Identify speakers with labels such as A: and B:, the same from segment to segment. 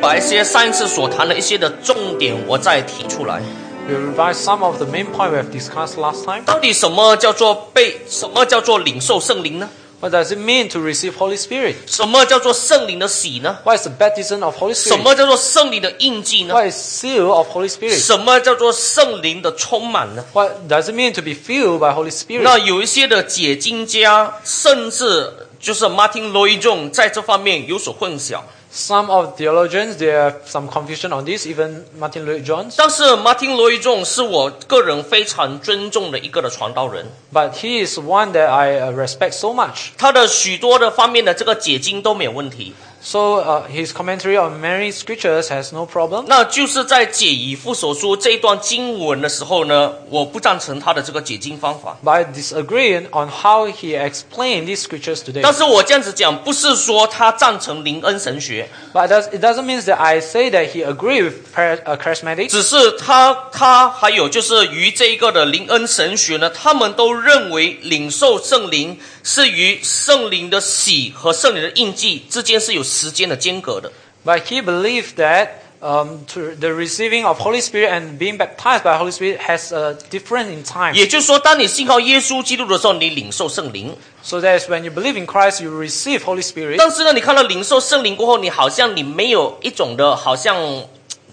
A: 把一些上一次所谈的一些的重点，我再提出来。
B: We will revise some of the main point we have discussed last time.
A: 到底什么叫做被？什么叫做领受圣灵呢？
B: What does it mean to receive Holy Spirit?
A: 什么叫做圣灵的喜呢？
B: What is the baptism of Holy
A: 什
B: Spirit?
A: 么叫做圣灵的印记呢？
B: What is seal of Holy Spirit?
A: 什么叫做圣灵的充满呢？
B: What does it mean to be filled by Holy Spirit?
A: 那有一些的解经家，甚至就是 Martin l o y d j o n 在这方面有所混淆。
B: Some of theologians there are some confusion on this, even Martin Lloyd Jones.
A: 但是 Martin l o y d j o n 是我个人非常尊重的一个的传道人，
B: But he is one that I uh, respect so much.
A: 他的许多的方面的这个解经都没有问题。
B: So uh, his commentary on many scriptures has no problem.
A: 那就是在解以父所书这一段经文的时候呢，我不赞成他的这个解经方法。
B: But I disagree on how he explained these scriptures today.
A: 但是我这样子讲，不是说他赞成林恩神学，
B: But it does- it doesn't mean that I say that he agree with pra- uh, charismatics.
A: 只是他他还有就是于这一个的林恩神学呢，他们都认为领受圣灵是与圣灵的喜和圣灵的印记之间是有时间的间隔的。
B: But he believed that um, to the receiving of Holy Spirit and being baptized by Holy Spirit has a difference in time.
A: 也就是说，当你信靠耶稣基督的时候，你领受圣灵；
B: So that is when you believe in Christ, you receive Holy Spirit.
A: 但是呢，你看到领受圣灵过后，你好像你没有一种的，好像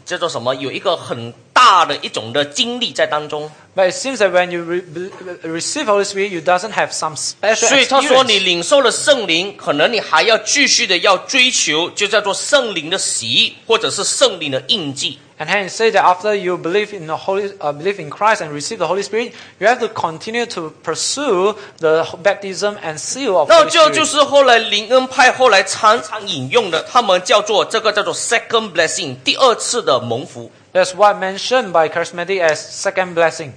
A: 叫做什么，有一个很大的一种的经历在当中。
B: But it seems that when you re- be- receive Holy Spirit, you doesn't have some special
A: 哎所以他说，你
B: experience.
A: 领受了圣灵，可能你还要继续的要追求，就叫做圣灵的习，或者是圣灵的印记。
B: And hence say that after you believe in the Holy, uh, believe in Christ and receive the Holy Spirit, you have to continue to pursue the baptism and seal of
A: 那
B: Holy
A: 这就
B: Spirit.
A: 是后来灵恩派后来常常引用的，他们叫做这个叫做 second blessing，第二次的蒙福。
B: That's what mentioned by charismatic as second blessing.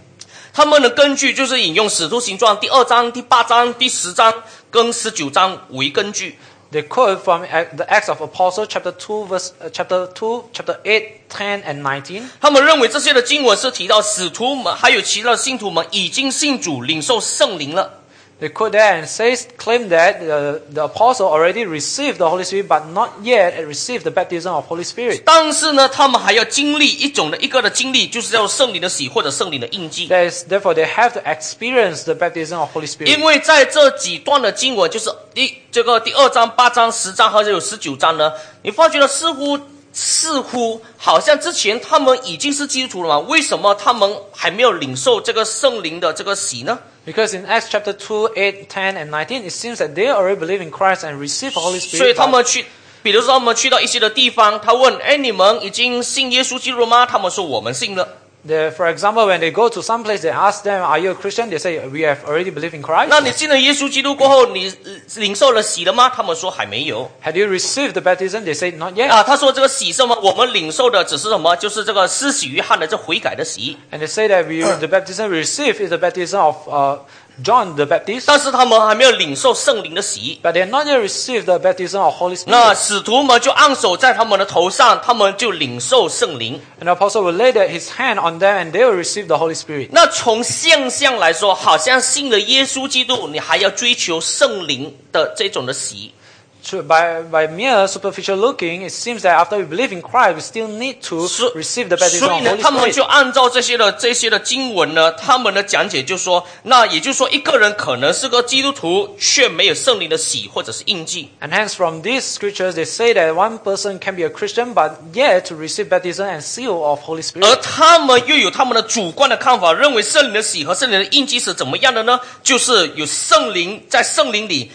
A: 他们的根据就是引用《使徒行传》第二章、第八章、第十章跟十九章为根据。
B: They quote from Ac- the Acts of Apostle chapter 2 verse uh, chapter 2 chapter 8 10 and 19
A: 他们认为这些的经文是提到使徒们还有其他的信徒们已经信主、领受圣灵了。
B: they quote there and says claim that the, the apostle already received the Holy Spirit but not yet received the baptism of Holy Spirit
A: 但是呢，他们还要经历一种的一个的经历，就是叫做圣灵的喜或者圣灵的印记。
B: that is therefore they have to experience the baptism of Holy
A: 因
B: Spirit
A: 为在这几段的经文，就是第这个第二章、八章、十章，还有十九章呢，你发觉了似乎似乎好像之前他们已经是基督徒了嘛？为什么他们还没有领受这个圣灵的这个喜呢？
B: because in Acts chapter 2 8 10 and 19 it seems that they already believe in Christ and received the Holy
A: 所以
B: Spirit
A: 他
B: but,
A: 们去，比如说他们去到一些的地方，他问：“哎，你们已经信耶稣基督了吗？”他们说：“我们信了。”
B: they, for example when they go to some place they ask them are you a Christian they say we have already believed in Christ
A: 那你信了耶稣基督过后，你呃领受了喜了吗？他们说还没有
B: have you received the baptism they say not yet
A: 啊。他说这个喜什么？我们领受的只是什么？就是这个施洗约翰的这悔改的喜。
B: And they say that we, the baptism we receive is the baptism of uh, John the Baptist,
A: 但是他们还没有领受圣灵的洗。
B: but they have not yet received the baptism of Holy Spirit.
A: 那使徒们就按手在他们的头上，他们就领受圣灵。
B: And the apostle will lay their- his hand on them and they will receive the Holy Spirit.
A: 那从现象来说，好像信了耶稣基督，你还要追求圣灵的这种的洗。
B: So by, by mere superficial looking, it seems that after we believe in Christ, we still need to
A: 所
B: receive the baptism
A: 所以
B: of
A: 呢，他
B: Holy
A: 们就
B: Spirit.
A: 按照这些的这些的经文呢，他们的讲解就说，那也就是说，一个人可能是个基督徒，却没有圣灵的喜或者是印记。
B: And hence from these scriptures, they say that one person can be a Christian, but yet to receive baptism and seal of Holy
A: 而
B: Spirit.
A: 他们又有他们的主观的看法，认为圣灵的喜和圣灵的印记是怎么样的呢？就是有圣灵在圣灵里，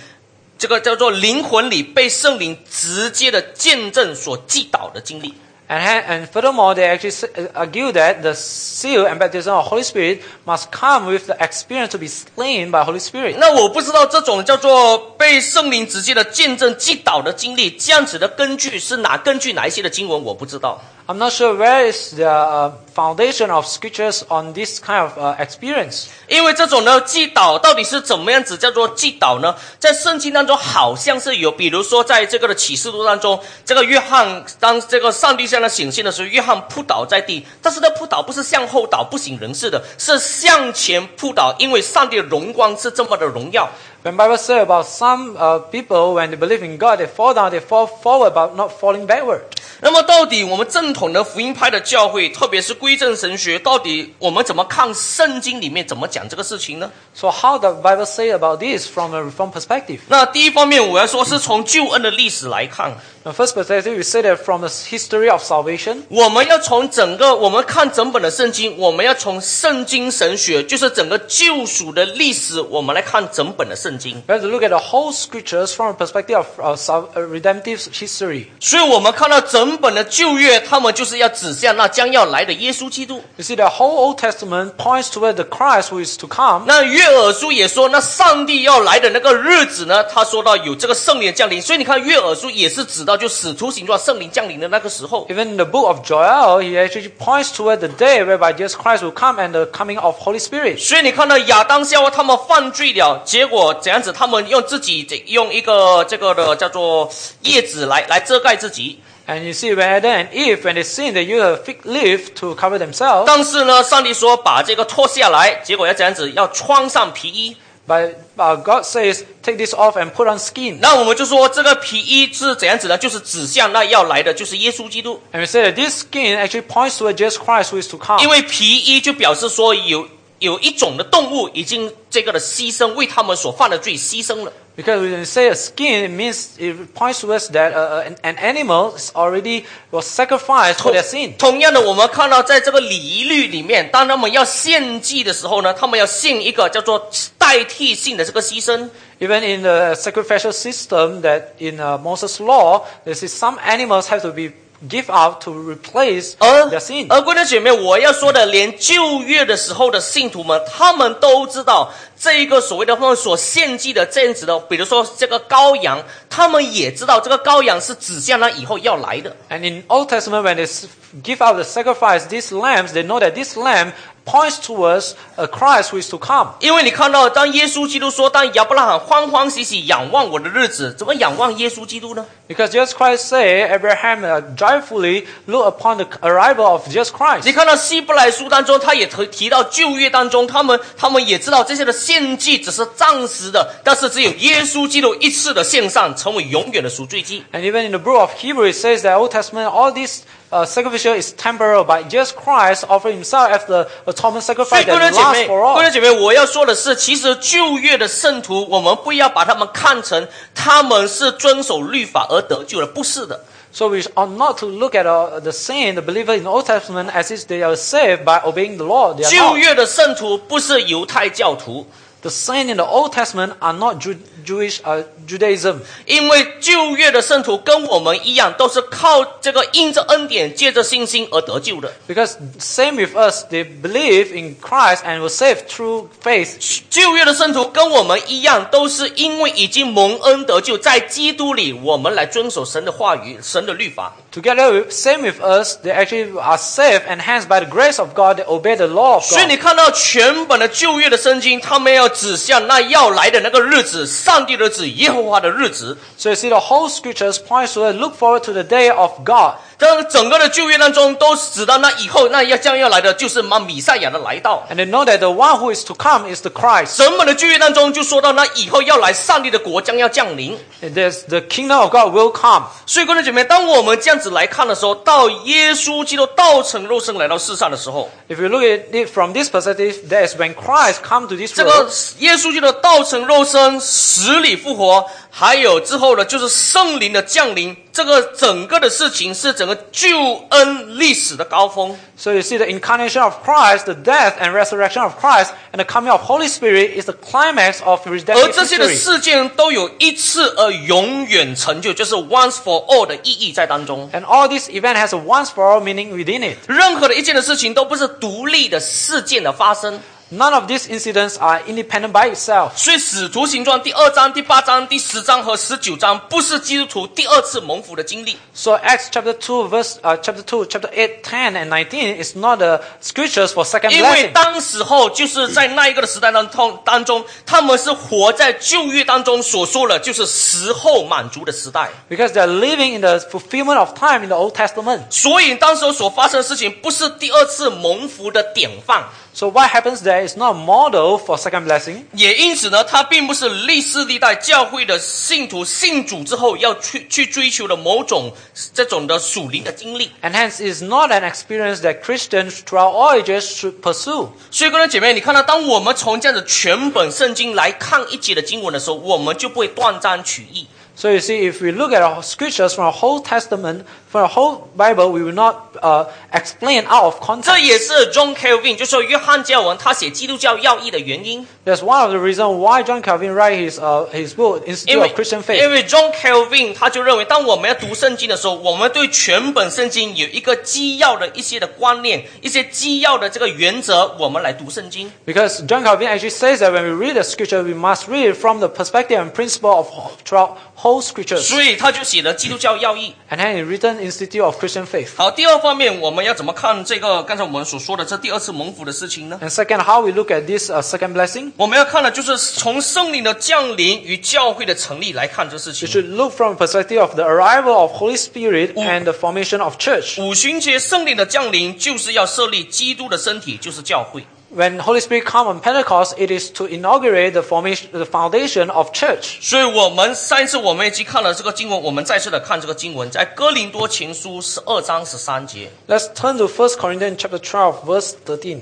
A: 这个叫做灵魂里被圣灵直接的见证所击倒的经历。
B: And, ha- and furthermore, they actually s- uh, argue that the seal and baptism of Holy Spirit must come with the experience to be slain by Holy Spirit.
A: 那我不知道这种叫做被圣灵直接的见证击倒的经历，这样子的根据是哪根据哪一些的经文，我不知道。
B: I'm not sure where is the uh, foundation of scriptures on this kind of uh, experience.
A: 因为这种呢击倒到底是怎么样子叫做击倒呢？在圣经当中好像是有，比如说在这个的启示录当中，这个约翰当这个上帝向他显现的时候，约翰扑倒在地，但是那扑倒不是向后倒，不省人事的，是向前扑倒，因为上帝的荣光是这么的荣耀。
B: When Bible say about some uh, people, when they believe in God, they fall down, they fall forward, but not falling backward.
A: 那么，到底我们正统的福音派的教会，特别是归正神学，到底我们怎么看圣经里面怎么讲这个事情呢？
B: So how does Bible say about this from a reform perspective?
A: 那第一方面，我要说是从救恩的历史来看，
B: The first perspective, we say that from the history of salvation,
A: 我们要从整个我们看整本的圣经，我们要从圣经神学，就是整个救赎的历史，我们来看整本的圣经。
B: we have to look at the whole scriptures from a perspective of uh, sal- uh, redemptive history.
A: 所以，我们看到整本的旧约，他们就是要指向那将要来的耶稣基督。
B: You see, the whole Old Testament points toward the Christ who is to come.
A: 那约珥书也说，那上帝要来的那个日子呢，他说到有这个圣灵降临，所以你看约珥书也是指到就使徒行传圣灵降临的那个时候。
B: Even in the book of Joel, he actually points toward the day whereby Jesus Christ will come and the coming of Holy Spirit.
A: 所以你看到亚当夏娃他们犯罪了，结果怎样子？他们用自己这用一个这个的叫做叶子来来遮盖自己，
B: And you see, when Adam and Eve, when they sin, they use a fig leaf to cover themselves.
A: 但是呢，上帝说把这个脱下来，结果要怎样子？要穿上皮衣。
B: But uh, God says, take this off and put on skin.
A: 那我们就说这个皮衣是怎样子呢？就是指向那要来的，就是耶稣基督。
B: And we say that this skin actually points toward Jesus Christ who is to
A: 因
B: come.
A: 为皮衣就表示说有有一种的动物已经这个的牺牲，为他们所犯的罪牺牲了。
B: Because when you say a skin, it means it points towards that uh, an, an animal is already was sacrificed for
A: 同
B: their sin.
A: 同样的，我们看到在这个礼仪律里面，当他们要献祭的时候呢，他们要献一个叫做代替性的这个牺牲。
B: Even in the sacrificial system that in uh, Moses' law, they say some animals have to be give out to replace
A: 而
B: their sin.
A: 而观众姐妹，我要说的，连旧约的时候的信徒们，他们都知道这一个所谓的他们所献祭的这样子的，比如说这个羔羊，他们也知道这个羔羊是指向那以后要来的。
B: And in Old Testament, when they s- give out the sacrifice, these lambs, they know that this lamb points towards a Christ who is to come.
A: 因为你看到，当耶稣基督说，当亚伯拉罕欢欢喜喜仰望我的日子，怎么仰望耶稣基督呢？
B: Because Jesus Christ said, Abraham uh, joyfully looked upon the arrival of
A: 你
B: Jesus Christ.
A: 看到希伯来书当中，他也提提到旧约当中，他们他们也知道这些的献祭只是暂时的，但是只有耶稣基督一次的献上，成为永远的赎罪祭。
B: And even in the book of Hebrew, it says that Old Testament, all this uh, sacrificial is temporal, but Jesus Christ offered himself as the atonement
A: 所以，
B: sacrifice
A: 各
B: that
A: 位姐
B: lasts
A: 妹，
B: for
A: 各
B: all.
A: 位姐妹，我要说的是，其实旧约的圣徒，我们不要把他们看成他们是遵守律法而得救的，不是的。
B: So we ought not to look at uh, the saint, the believer in the Old Testament, as if they are saved by obeying the law. They
A: 旧
B: are not.
A: 约的圣徒不是犹太教徒，
B: The saint in the Old Testament are not Ju- Jewish uh, Judaism,
A: 因为旧约的圣徒跟我们一样，都是靠这个因着恩典、借着信心而得救的。
B: because same with us, they believe in Christ and were saved through faith.
A: 旧约的圣徒跟我们一样，都是因为已经蒙恩得救，在基督里，我们来遵守神的话语、神的律法。
B: Together, with, same with us, they actually are saved, and hence by the grace of God, they obey the law of
A: 所以你
B: God.
A: 看到全本的旧约的圣经，他们要指向那要来的那个日子，上帝的日子，耶和华的日子。
B: So you see, the whole scriptures points to it, look forward to the day of God.
A: 这整个的旧约当中，都指到那以后，那要将要来的就是那米赛亚的来到。
B: And they know that the one who is to come is the Christ.
A: 整本的旧约当中就说到，那以后要来，上帝的国将要降临。
B: There's, the kingdom of God will come.
A: 所以，各位姐妹，当我们这样子来看的时候，到耶稣基督道成肉身来到世上的时候，
B: If you look at it from this perspective, that is when Christ come to this
A: 这个
B: world,
A: 耶稣基督道成肉身、死里复活，还有之后呢，就是圣灵的降临，这个整个的事情是整个救恩历史的高峰。
B: so you see the incarnation of Christ, the death and resurrection of Christ, and the coming of Holy Spirit is the climax of
A: 而
B: redemptive
A: 这些的
B: history.
A: 事件都有一次而永远成就，就是 once for all 的意义在当中。
B: And all this event has a once for all meaning within it.
A: 任何的一件的事情都不是独立的事件的发生。
B: None of these incidents are independent by itself.
A: 所以《使徒行传》第二章、第八章、第十章和十九章，不是基督徒第二次蒙福的经历。
B: So Acts chapter 2 verse, uh, chapter 2, chapter 8, 10 and 19 is not the scriptures for second
A: 因为
B: blessing.
A: 当时候就是在那一个的时代当中当中，他们是活在旧约当中所说的，就是时候满足的时代。
B: Because they're living in the fulfillment of time in the Old Testament.
A: 所以当时候所发生的事情，不是第二次蒙福的典范，
B: So what happens there is not a model for second blessing.
A: 也因此呢，它并不是历世历代教会的信徒信主之后要去去追求的某种这种的属灵的经历。
B: And hence, it is not an experience that Christians throughout all ages should pursue.
A: 所以，各位姐妹，你看到，当我们从这样子全本圣经来看一节的经文的时候，我们就不会断章取义。
B: So you see, if we look at our scriptures from our whole Testament, from our whole Bible, we will not uh, explain out of
A: 这
B: context.
A: 也是 John Calvin，就说约翰教文他写基督教要义的原因，
B: That's one of the reasons why John Calvin write his, uh, his book,
A: 因
B: Institute
A: 为
B: of Christian
A: 因
B: Faith.
A: 为 John Calvin 他就认为，当我们要读圣经的时候，我们对全本圣经有一个基要的一些的观念，一些基要的这个原则，我们来读圣经。
B: Because John Calvin actually says that when we read the scripture, we must read it from the perspective and principle of wh- throughout whole scriptures.
A: 所以他就写了基督教要义。
B: And then he written Institute of Christian Faith.
A: 好，第二方面我们要怎么看这个刚才我们所说的这第二次蒙福的事情呢？
B: And second, how we look at this uh, second blessing,
A: 我们要看的就是从圣灵的降临与教会的成立来看这事
B: we
A: 情。
B: should look from the perspective of the arrival of Holy Spirit and the formation of church.
A: 五旬节圣灵的降临就是要设立基督的身体，就是教会。
B: When Holy Spirit come on Pentecost, it is to inaugurate the formation, the foundation of church.
A: 所以，我们上一次我们已经看了这个经文，我们再次的看这个经文，在哥林多前书十二章十三节。
B: Let's turn to 1 Corinthians chapter 12, verse 13.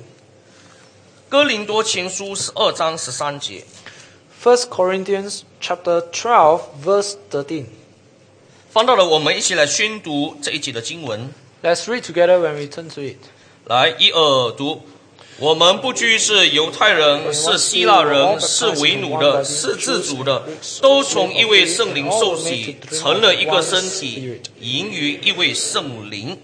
A: 哥林多前书十二章十三节，
B: 1 Corinthians chapter 12, verse 13.
A: 翻到了，我们一起来宣读这一节的经文。
B: Let's read together when we turn to it.
A: 来，一二读。我们不拘是犹太人，是希腊人，是为奴的，是自主的，都从一位圣灵受洗，成了一个身体，营于一位圣灵。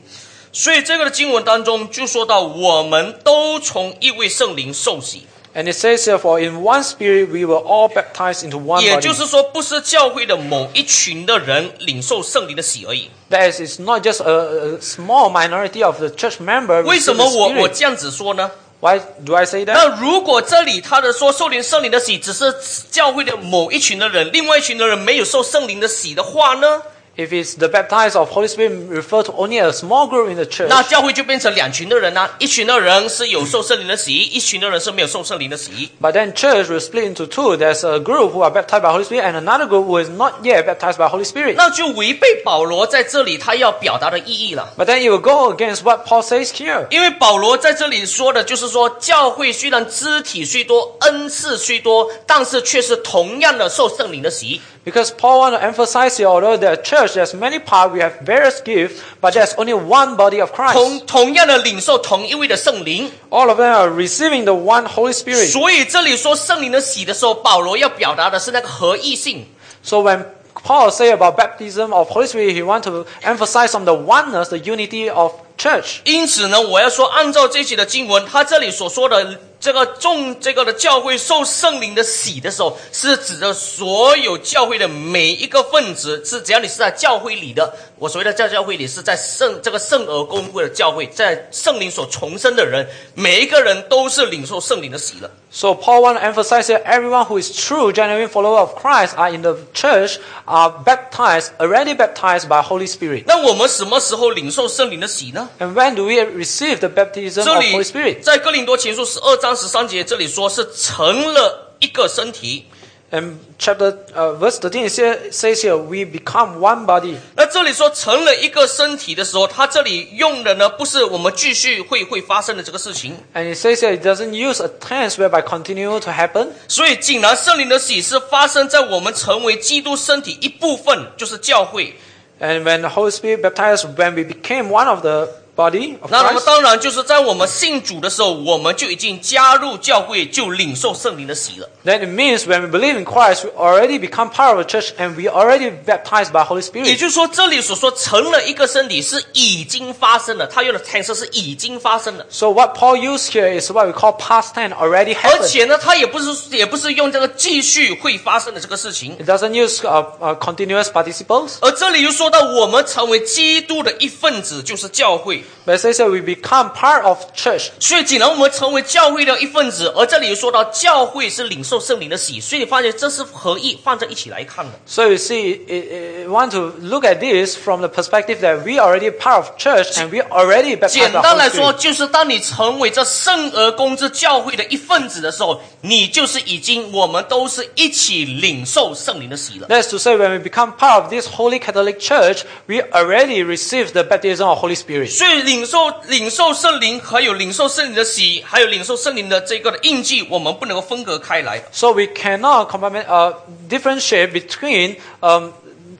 A: 所以这个的经文当中就说到，我们都从一位圣灵受洗，
B: And it says here, for in one spirit we were all baptized into one
A: 也
B: body.
A: 就是说，不是教会的某一群的人领受圣灵的洗而已。
B: That is, it's not just a, a small minority of the church member.
A: 为
B: receive
A: 什
B: the
A: 么我我
B: Spirit.
A: 这样子说呢？
B: Why do I say that?
A: 那如果这里他的说受灵圣灵的洗只是教会的某一群的人，另外一群的人没有受圣灵的洗的话呢，
B: If it's the baptized of Holy Spirit refer to only a small group in the church,
A: 那教会就变成两群的人啦、一群的人是有受圣灵的洗，一群的人是没有受圣灵的洗。
B: But then church will split into two. There's a group who are baptized by Holy Spirit and another group who is not yet baptized by Holy Spirit.
A: 那就违背保罗在这里他要表达的意义了，
B: But then it will go against what Paul says here.
A: 因为保罗在这里说的就是说，教会虽然肢体虽多，恩赐虽多，但是却是同样的受圣灵的洗。
B: Because Paul want to emphasize here, although the church, there's many parts, we have various gifts, but there's only one body of
A: 同
B: Christ.
A: 同样的领受同一位的圣灵，
B: All of them are receiving the one Holy Spirit.
A: 所以这里说圣灵的洗的时候，保罗要表达的是那个合意性，
B: So when Paul say about baptism of Holy Spirit, he want to emphasize on the oneness, the unity of church.
A: 因此呢，我要说，按照这一节的经文，他这里所说的这个众这个的教会受圣灵的洗的时候，是指的所有教会的每一个分子，是只要你是在教会里的，我所谓的教教会里是在圣这个圣而公会的教会，在圣灵所重生的人，每一个人都是领受圣灵的洗了。
B: So Paul want to emphasize here, everyone who is true, genuine follower of Christ are in the church, are baptized, already baptized by Holy Spirit.
A: 那我们什么时候领受圣灵的洗呢？
B: And when do we receive the baptism
A: 这
B: of
A: 里
B: Holy Spirit?
A: 在哥林多前书十二章十三节，这里说是成了一个身体。
B: And chapter uh, verse 13 it say- says here, we become one body.
A: 那这里说成了一个身体的时候，它这里用的呢，不是我们继续会会发生的这个事情。
B: And it says here, it doesn't use a tense whereby continue to happen.
A: 所以，竟然圣灵的喜是发生在我们成为基督身体一部分，就是教会。
B: And when the Holy Spirit baptized, when we became one of the body of
A: 那那么
B: Christ,
A: 当然就是在我们信主的时候，我们就已经加入教会，就领受圣灵的喜了。
B: then it means when we believe in Christ, we already become part of the church and we already baptized by Holy
A: 也
B: Spirit.
A: 就是说，这里所说成了一个身体是已经发生了，他用的 tense 是已经发生了。
B: So what Paul used here is what we call past tense already
A: 而
B: happened.
A: 且呢，他也不是也不是用这个继续会发生的这个事情，
B: It doesn't use uh, uh, continuous participles.
A: 而这里又说到我们成为基督的一份子，就是教会。
B: But it says that we become part of church.
A: 所以只能我们成为教会的一份子。而这里说到教会是领受圣灵的喜，所以你发现这是合一放在一起来看的。
B: So you see, i- i- i- want to look at this from the perspective that we already part of church and we already
A: 简
B: baptized the
A: 单
B: Holy
A: 来说，
B: Spirit.
A: 就是当你成为这圣而公之教会的一份子的时候，你就是已经，我们都是一起领受圣灵的喜了。
B: That's to say, when we become part of this holy Catholic Church, we already receive the baptism of Holy Spirit.
A: 所以领受领受圣灵，还有领受圣灵的喜，还有领受圣灵的这个的印记，我们不能够分隔开来。
B: So we cannot compartment, uh, differentiate between um,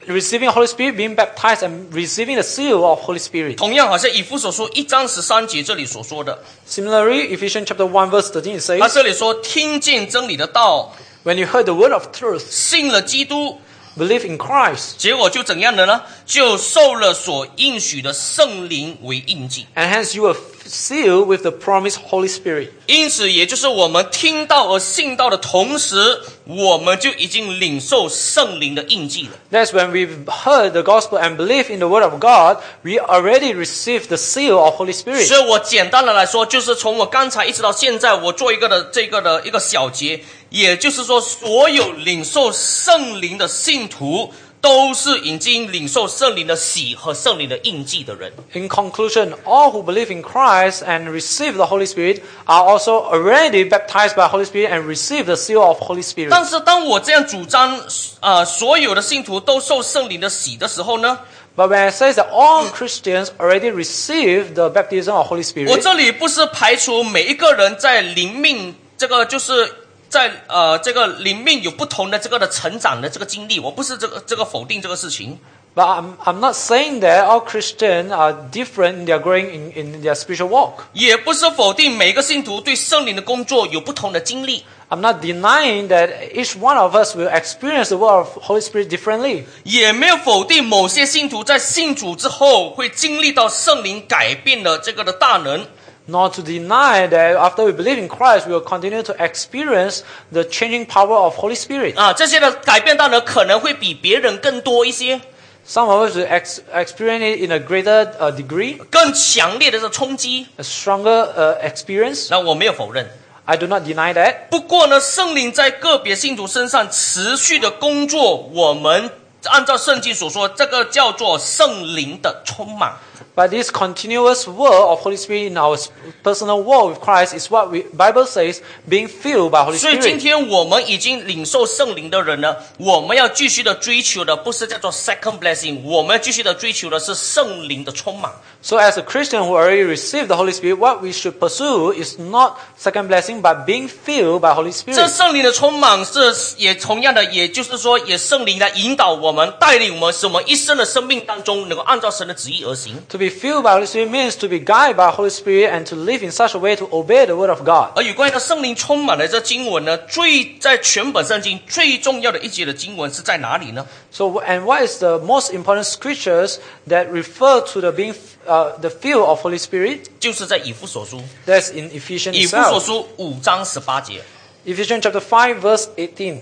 B: receiving Holy Spirit, being baptized, and receiving the seal of Holy Spirit.
A: 同样，好像以父所说一章十三节这里所说的，
B: Similarly, Ephesians chapter 1 verse 13
A: 他
B: says,
A: 这里说听见真理的道，
B: When you heard the word of truth,
A: 信了基督，
B: believe in Christ,
A: 结果就怎样的呢？就受了所应许的圣灵为印记。
B: and hence you were f- sealed with the promised Holy Spirit.
A: 因此，也就是我们听到而信道的同时，我们就已经领受圣灵的印记了。
B: That's when we've heard the gospel and believe in the word of God, we already received the seal of Holy Spirit.
A: 所以，我简单的来说，就是从我刚才一直到现在，我做一个的这个的一个小结，也就是说，所有领受圣灵的信徒，都是已经领受圣灵的喜和圣灵的印记的人。
B: In conclusion, all who believe in Christ and receive the Holy Spirit are also already baptized by Holy Spirit and receive the seal of Holy Spirit.
A: 但是，当我这样主张，呃，所有的信徒都受圣灵的喜的时候呢，
B: But when it says that all Christians already receive the baptism of Holy
A: 我
B: Spirit,
A: 这里不是排除每一个人在灵命这个就是在呃这个灵命有不同的这个的成长的这个经历，我不是这个这个否定这个事情，
B: but I'm, I'm not saying that all Christians are different in their growing in, in their spiritual walk.
A: 也不是否定每个信徒对圣灵的工作有不同的经历，
B: I'm not denying that each one of us will experience the work of Holy Spirit differently.
A: 也没有否定某些信徒在信主之后会经历到圣灵改变的这个的大能。
B: Not to deny that after we believe in Christ, we will continue to experience the changing power of Holy Spirit.
A: 啊，这些的改变大能可能会比别人更多一些，
B: Some of us will ex- experience it in a greater uh, degree,
A: 更强烈的这冲击。
B: a stronger uh, experience.
A: 那我没有否认，
B: I do not deny that.
A: 不过呢，圣灵在个别信徒身上持续的工作，我们按照圣经所说，这个叫做圣灵的充满。
B: But this continuous work of Holy Spirit in our s- personal walk with Christ is what we Bible says being filled by Holy
A: 所以今
B: Spirit.
A: 天我们已经领受圣灵的人呢，我们要继续的追求的不是叫做 second blessing，我们要继续的追求的是圣灵的充满。
B: So as a Christian who already received the Holy Spirit, what we should pursue is not second blessing but being filled by Holy
A: 这
B: Spirit.
A: 圣灵的充满是也同样的，也就是说，也圣灵来引导我们，带领我们，使我们一生的生命当中能够按照神的旨意而行。
B: To be filled by Holy Spirit means to be guided by Holy Spirit and to live in such a way to obey the word of God.
A: 而有关于到圣灵充满的这经文呢，最在全本圣经最重要的一节的经文是在哪里呢？
B: So and what is the most important scriptures that refer to the being f- uh, the fill of Holy Spirit?
A: 就是在以弗所书，
B: That's in Ephesians
A: 以弗所
B: itself.
A: 书五章十八节，
B: Ephesians chapter 5 verse 18.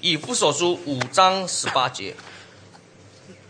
A: 以弗所书五章十八节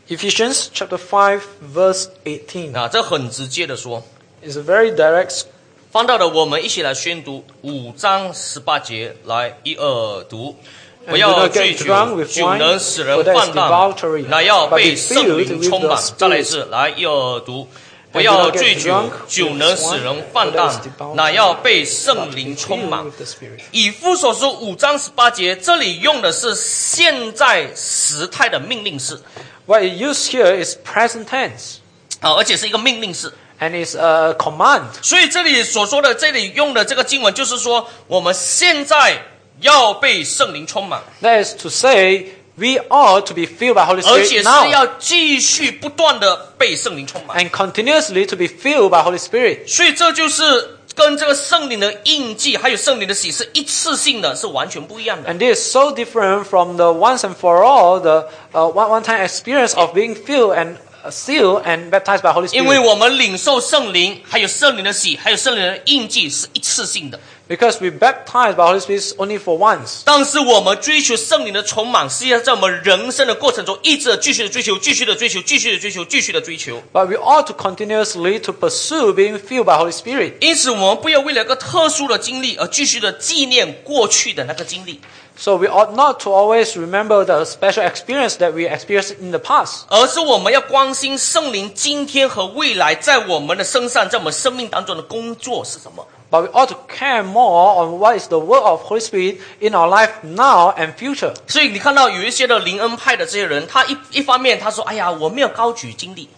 B: Ephesians chapter 5 verse 18
A: 啊，这很直接的说，
B: is a very direct
A: 翻到的我们一起来宣读五章十八节，来一二读。不
B: And do
A: 要
B: not 嗯 get
A: 醉酒
B: drunk，with
A: 酒
B: wine，
A: 能使人
B: for that
A: 放
B: is
A: 荡
B: debauchery，，
A: 乃要
B: but be
A: 被圣
B: filled
A: 灵
B: with
A: 充
B: the
A: 满。再来一
B: Spirit
A: 次，来一二读。不
B: And do
A: 要
B: not get
A: 醉酒
B: drunk，
A: 酒
B: with
A: 能使
B: wine，
A: 人放
B: for that
A: 荡
B: is debauchery，，
A: 乃要被
B: but
A: 圣
B: be
A: 灵
B: filled
A: 充满
B: with the Spirit。
A: 以夫所书五章十八节，这里用的是现在时态的命令式
B: What it used here is present tense
A: 啊，而且是一个命令式。
B: and it's a command.
A: 所以这里所说的，这里用的这个经文，就是说我们现在要被圣灵充满，
B: That is to say, we are to be filled by Holy
A: 而且
B: Spirit
A: 是
B: now
A: 要继续不断的被圣灵充满。
B: and continuously to be filled by Holy Spirit.
A: 所以这就是跟这个圣灵的印记还有圣灵的喜是一次性的，是完全不一样的。
B: And this is so different from the once and for all, the uh, one, one time experience of being filled and uh, sealed and baptized by Holy
A: 因为
B: Spirit.
A: 我们领受圣灵，还有圣灵的喜，还有圣灵的印记是一次性的，
B: Because we baptized by Holy Spirit only for once.
A: 但是我们追求圣灵的充满，是要在我们人生的过程中一直地继续的追求，继续的追求，继续的追求，继续的追求。
B: But we ought to continuously to pursue being filled by Holy Spirit.
A: 因此，我们不要为了一个特殊的经历而继续的纪念过去的那个经历，
B: So we ought not to always remember the special experience that we experienced in the past.
A: 而是我们要关心圣灵今天和未来在我们的身上，在我们生命当中的工作是什么。
B: But we ought to care more on what is the work of Holy Spirit in our life now and future.
A: 所以你看到有一些的灵恩派的这些人，他一一方面他说：“哎呀，我没有高举经历。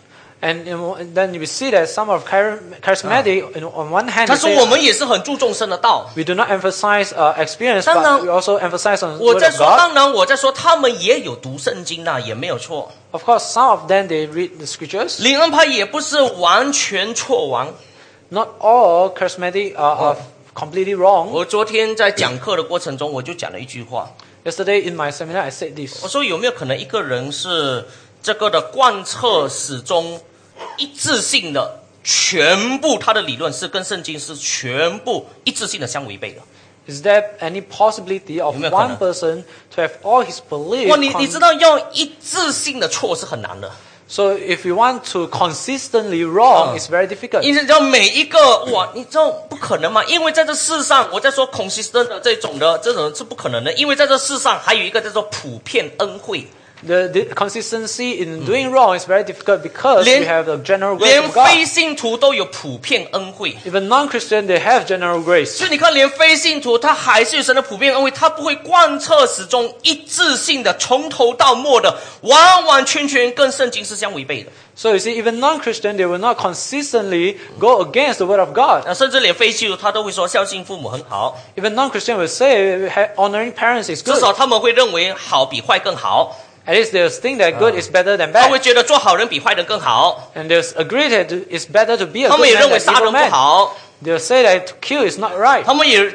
B: And, you know, and then we see that some of chari- charismatic, you know, on one ” hand,
A: 他
B: they
A: 说：“
B: say,
A: 我们也是很注重生的道。
B: we do not emphasize uh, experience,
A: 当然，
B: but we also emphasize on ” the
A: 我
B: word
A: 在
B: of
A: 说，
B: God.
A: 当然我在说，他们也有读圣经呐、也没有错。
B: Of course, some of them they read the scriptures.
A: 灵恩派也不是完全错完。
B: Not all charismatic are, are completely wrong.
A: 我昨天在讲课的过程中，我就讲了一句话，
B: Yesterday in my seminar, I said this.
A: 我说有没有可能一个人是这个的贯彻始终一致性的，全部他的理论是跟圣经是全部一致性的相违背的。
B: Is there any possibility of
A: 有没有可能？
B: one person to have all his beliefs?
A: 哇，你
B: con-
A: 你知道要一致性的错是很难的，
B: So if you want to consistently wrong, it's very difficult.
A: 因为你知道每一个哇，你知道不可能嘛？因为在这世上，我在说 consistent 的这种的这种是不可能的，因为在这世上还有一个叫做普遍恩惠，
B: The, the consistency in doing wrong is very difficult because
A: Len-
B: we have the general grace
A: 连
B: of
A: 非
B: God.
A: 信徒都有普遍恩惠。
B: Even non-Christian, they have general grace.
A: 所以你看，连非信徒他还是有神的普遍恩惠，他不会贯彻始终、一致性的从头到末的完完全全跟圣经是相违背的。
B: So you see, even non-Christian, they will not consistently go against the word of God.
A: 那甚至连非信徒他都会说孝敬父母很好，
B: Even non-Christian will say "Ha- honoring parents is
A: 至
B: good.
A: 少他们会认为好比坏更好，
B: At least they'll think that good is better than
A: 他会
B: bad.
A: 觉得做好人比坏人更好，
B: And they'll agree that it's better to be a
A: 他
B: good
A: 们也
B: man
A: 认为
B: than
A: 杀
B: evil
A: 人不
B: man.
A: 好，
B: They'll say that to kill is not right.
A: 他们也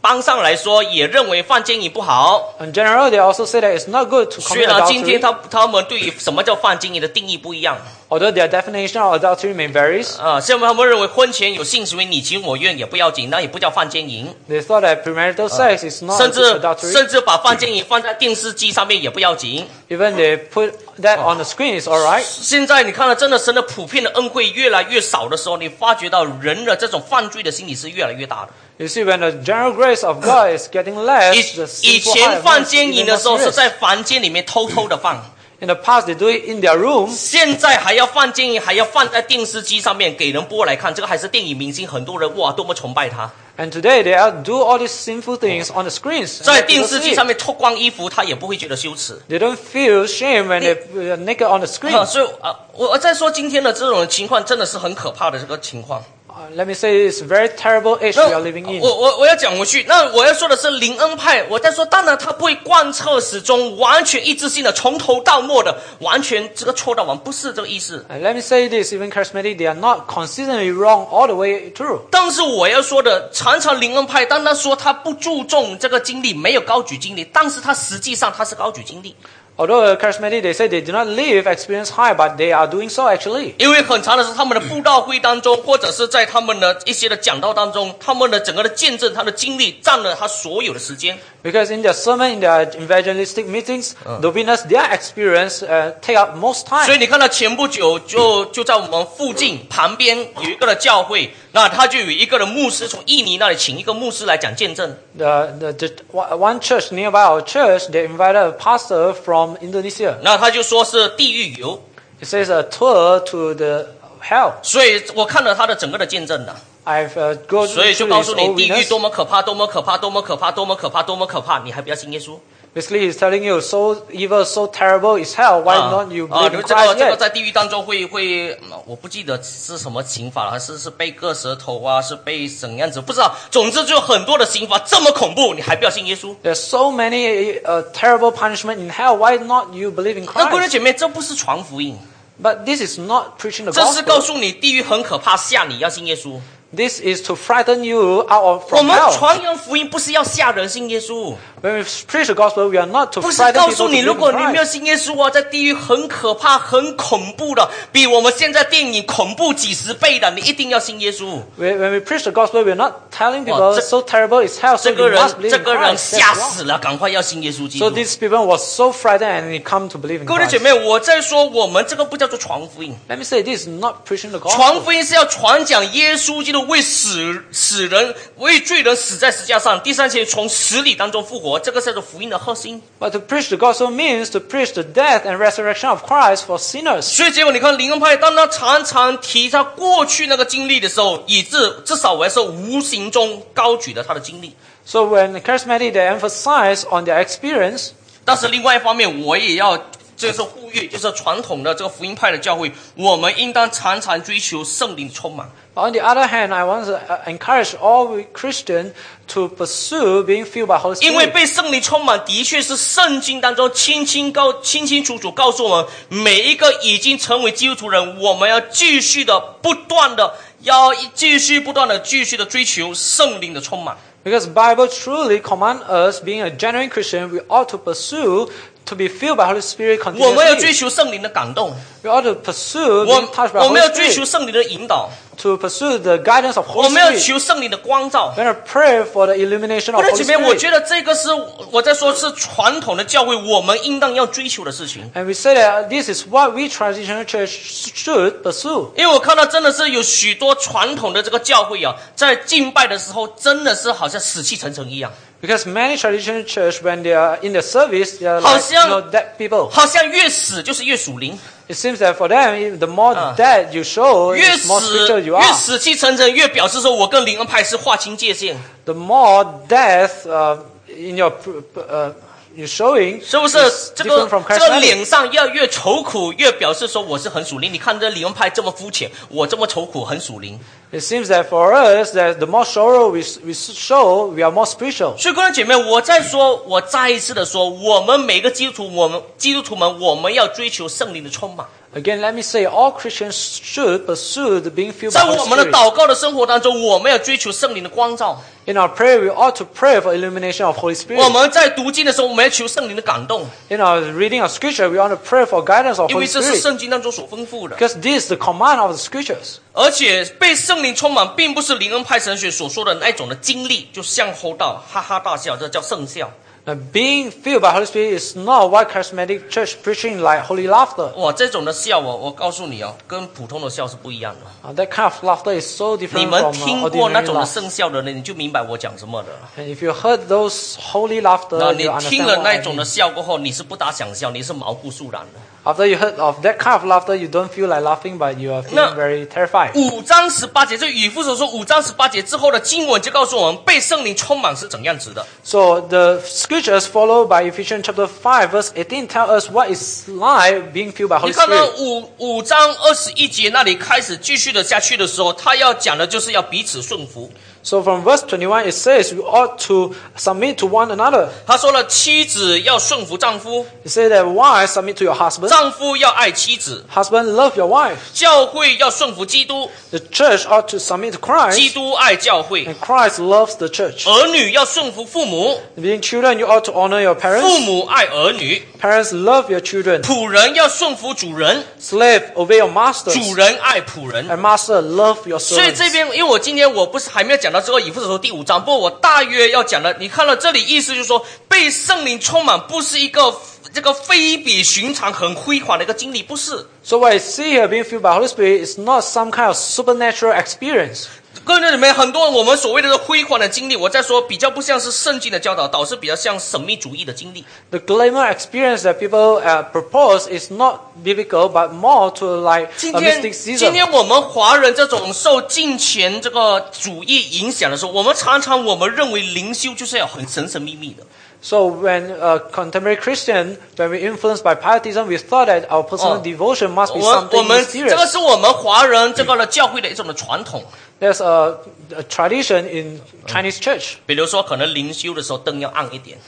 A: 帮上来说也认为犯奸淫不好。
B: In general, they also say that it's not good to
A: 虽
B: commit
A: 然今天
B: adultery,
A: 他他们对于什么叫犯奸淫的定义不一样
B: although their definition of adultery may vary.
A: 啊，像他们认为婚前有性行为你情我愿也不要紧，那也不叫犯奸淫。
B: They thought that premarital sex is not
A: 甚至
B: good adultery.
A: 甚至把范建颖放在电视机上面也不要紧。
B: Even they put that on the screen is all right.
A: 现在你看到真的神的普遍的恩惠越来越少的时候，你发觉到人的这种犯罪的心理是越来越大的。
B: You see, when the general grace of God is getting less, the
A: 以以
B: sinful
A: 前
B: heart
A: 犯
B: is
A: 奸淫
B: even
A: 的
B: more
A: 时候是
B: serious.
A: 在房间里面偷偷的犯，
B: In the past, they do it in their room.
A: 现在还要犯奸淫，还要放在电视机上面给人播来看，这个还是电影明星，很多人哇多么崇拜他，
B: And today, they are- do all these sinful things on the screens. and
A: 在
B: let
A: 电
B: people
A: 视
B: see
A: 机
B: it.
A: 上面脱光衣服，他也不会觉得羞耻。
B: They don't feel shame when they're naked on the screen.
A: 啊，所以啊，我我在说今天的这种情况真的是很可怕的这个情况。
B: Uh, let me say, it's a very terrible age we
A: 那
B: are living in.
A: 我我我要讲回去，那我要说的是林恩派，我在说，当然他不会贯彻始终，完全一致性的，从头到末的，完全这个错到完，不是这个意思。
B: And Uh, let me say this, even charismatic, they are not consistently wrong all the way through.
A: 但是我要说的，常常林恩派，当他说他不注重这个经历，没有高举经历，但是他实际上他是高举经历，
B: Although uh, charismatic, they say they do not live experience high, but they are doing so actually.
A: 因为很长的是他们的布道会当中，或者是在他们的一些的讲道当中，他们的整个的见证，他的经历占了他所有的时间。
B: Because in their sermon, in their evangelistic meetings, the witness, their experience uh, take up most
A: 所以
B: time.
A: 你看到前不久就就在我们附近旁边有一个的教会，那他就有一个的牧师从印尼那里请一个牧师来讲见证，
B: The, the, the, one one church nearby our church, they invited a pastor from Indonesia.
A: 那他就说是地狱游，
B: It says a tour to the hell.
A: 所以我看了他的整个的见证的，
B: I've uh, go
A: 所以
B: through
A: 就告
B: his
A: 诉你
B: own
A: 地狱
B: witness.
A: 多么可怕，多么可怕，多么可怕，多么可怕，多么可怕，你还不要信耶稣
B: Basically, he's telling you, so evil, so terrible is hell. Why
A: 啊
B: not you
A: 啊！
B: believe
A: 你这个
B: in Christ
A: 这个
B: yet?
A: 在地狱当中会会，嗯我不记得是什么刑罚了，是是被割舌头啊，是被怎样子不知道，总之就有很多的刑罚这么恐怖，你还不要信耶稣？
B: There's so many uh, terrible punishment in hell. Why not you believe in
A: 那各位
B: Christ?
A: 姐妹，这不是传福音。
B: But this is not preaching the
A: 这是告
B: gospel.
A: 诉你地狱很可怕，吓你要信耶稣。
B: This is to frighten you out of
A: 我
B: from
A: 们
B: hell.
A: 传扬福音不是要吓人信耶稣，
B: When we preach the gospel, we are not to
A: 不是
B: frighten
A: 告
B: people to
A: 诉
B: believe
A: 你，
B: in
A: 如果你没有
B: Christ.
A: 信耶稣啊，在地狱很可怕、很恐怖的，比我们现在电影恐怖几十倍的，你一定要信耶稣。
B: When when we preach the gospel, we are not telling people
A: 这-
B: so terrible is hell,
A: 这
B: so
A: 个
B: you
A: 人
B: must believe
A: 这
B: in
A: 个人
B: Christ.
A: 吓
B: That's wrong.
A: 死了，赶快要信耶稣基
B: So
A: 督。
B: these people were so frightened and they come to believe in
A: 各位弟姐
B: Christ.
A: 妹，我在说我们这个不叫做传福音，
B: Let me say this is not preaching the
A: 传
B: gospel.
A: 福音是要传讲耶稣基督为死死人为罪人死在石架上，第三天从死里当中复活，这个叫做福音的核心。
B: But to preach the gospel means to preach the death and resurrection of Christ for sinners.
A: 所以结果你看灵恩派，当他常常提他过去那个经历的时候，以致至少我来说无形中高举了他的经历。
B: So when the charismatic they emphasize on their experience,
A: 但是另外一方面，我也要就是呼吁，就是传统的这个福音派的教会，我们应当常常追求圣灵充满。
B: but on the other hand, I want to uh, encourage all Christians to pursue being filled by Holy
A: 因为
B: Spirit.
A: 被圣灵充满，的确是圣经当中清清告清清楚楚告诉我们，每一个已经成为基督徒人，我们要继续的不断的，要继续不断的继续的追求圣灵的充满。
B: Because Bible truly command us, being a genuine Christian, we ought to pursue to be filled by Holy Spirit
A: 我们要追
B: continuously.
A: 求圣灵的感动，
B: We ought to pursue
A: 我
B: being touched by
A: 我们要
B: Holy
A: 追求
B: Spirit,
A: 圣灵的引导，
B: to pursue the guidance of
A: 我
B: Holy
A: 们要
B: Spirit.
A: 求圣灵的光照。
B: When I pray for the illumination
A: 不
B: of
A: 然，
B: Holy
A: 姐妹，我
B: Spirit.
A: 觉得这个是我在说是传统的教会，我们应当要追求的事情。
B: And we say that this is what we traditional church should pursue.
A: 因为我看到真的是有许多传统的这个教会啊，在敬拜的时候真的是好像死气沉沉一样，
B: Because many traditional church, when they are in the service, they are like you
A: 好像-
B: know, dead people.
A: 好像越死就是越属灵，
B: It seems that for them, the more
A: Ah.
B: dead you show,
A: 越
B: the more
A: 死
B: spiritual you
A: 越
B: are.
A: 死气沉沉，越表示说我跟灵恩派是划清界限，
B: The more death uh, in your pr- pr- uh, you're showing
A: 是不是
B: is？
A: 这个
B: different from
A: 这个
B: Christianity.
A: 脸上要越愁苦，越表示说我是很属灵。你看这灵恩派这么肤浅，我这么愁苦很属灵。
B: It seems that for us, that the more sorrow we, s- we s- show, we are more spiritual.
A: 所以，各位姐妹，我在说，我再一次的说，我们每个基督徒，我们基督徒们，我们要追求圣灵的充满。
B: Again, let me say, all Christians should pursue the being filled by
A: 在
B: Holy
A: 我们的
B: Spirit.
A: 祷告的生活当中，我们要追求圣灵的光照；
B: In our prayer, we ought to pray for illumination of
A: 我
B: Holy Spirit.
A: 们在读经的时候，我们要求圣灵的感动，
B: In our reading of Scripture, we ought to pray for guidance of
A: 因
B: Holy
A: 为这是
B: Spirit.
A: 圣经当中所吩咐的。
B: Because this is the command of the Scriptures.
A: 而且被圣灵充满，并不是灵恩派神学所说的那种的经历，就像吼道、哈哈大笑，这叫圣笑。
B: Now, being filled by Holy Spirit is not what charismatic church preaching like holy laughter.
A: 哇，这种的笑哦，我告诉你哦，跟普通的笑是不一样的。
B: Uh, that kind of laughter is so
A: 你
B: different
A: 们
B: from
A: 听
B: uh,
A: 过哦那
B: ordinary
A: 种的
B: laughter.
A: 圣笑的人，你就明白我讲什么的了。
B: And if you heard those holy laughter,
A: 那
B: you
A: 你听
B: understand
A: 了
B: what
A: 那
B: I
A: 种
B: mean.
A: 的笑过后，你是不打想笑，你是毛骨悚然的。
B: After you heard of that kind of laughter, you don't feel like laughing, but you are feeling
A: No.
B: very terrified.
A: 五章十八节，这以父所说五章十八节之后的经文就告诉我们，被圣灵充满是怎样子的。
B: So the scriptures followed by Ephesians chapter 5 verse 18 tell us what is like being filled by
A: 你
B: Holy
A: 看到
B: Spirit.
A: 五五章二十一节那里开始继续的下去的时候，他要讲的就是要彼此顺服。
B: So from verse 21 it says we ought to submit to one another.
A: 他说了，妻子要顺服丈夫，
B: It says that wives submit to your husband.
A: 丈夫要爱妻子，
B: Husband love your wife.
A: 教会要顺服基督，
B: The church ought to submit to
A: 基
B: Christ
A: 督爱教会。
B: and Christ loves the church.
A: 儿女要顺服父母，
B: Being children you ought to honor your
A: 父
B: parents.
A: 母爱儿女；
B: Parents love your children.
A: 仆人要顺服主人，
B: Slave obey your masters.
A: 主人爱仆人。
B: And master love your
A: 所以
B: servants.
A: 这边，因为我今天我不是还没有讲到这个以父所说第五章，不过我大约要讲的，你看到这里意思就是说，被圣灵充满不是一个这个非比寻常、很辉煌的一个经历，不是。
B: So what I see here being filled by Holy Spirit is not some kind of supernatural experience.
A: 各位里面很多我们所谓的辉煌的经历，我在说比较不像是圣经的教导，倒是比较像神秘主义的经历。
B: The glamour experience that people uh, propose is not biblical, but more to like
A: 今
B: a
A: 天，今
B: mysticism.
A: 天我们华人这种受金钱这个主义影响的时候，我们常常我们认为灵修就是要很神神秘秘的。
B: So when uh, contemporary Christian, when we influenced by pietism, we thought that our personal
A: Oh.
B: devotion must be
A: 我我
B: something
A: 们这个
B: mysterious.
A: 是我们华人这个呢教会的一种的传统。
B: There's a, a tradition in Chinese church.
A: 比如说，可能灵修的时候灯要暗一点，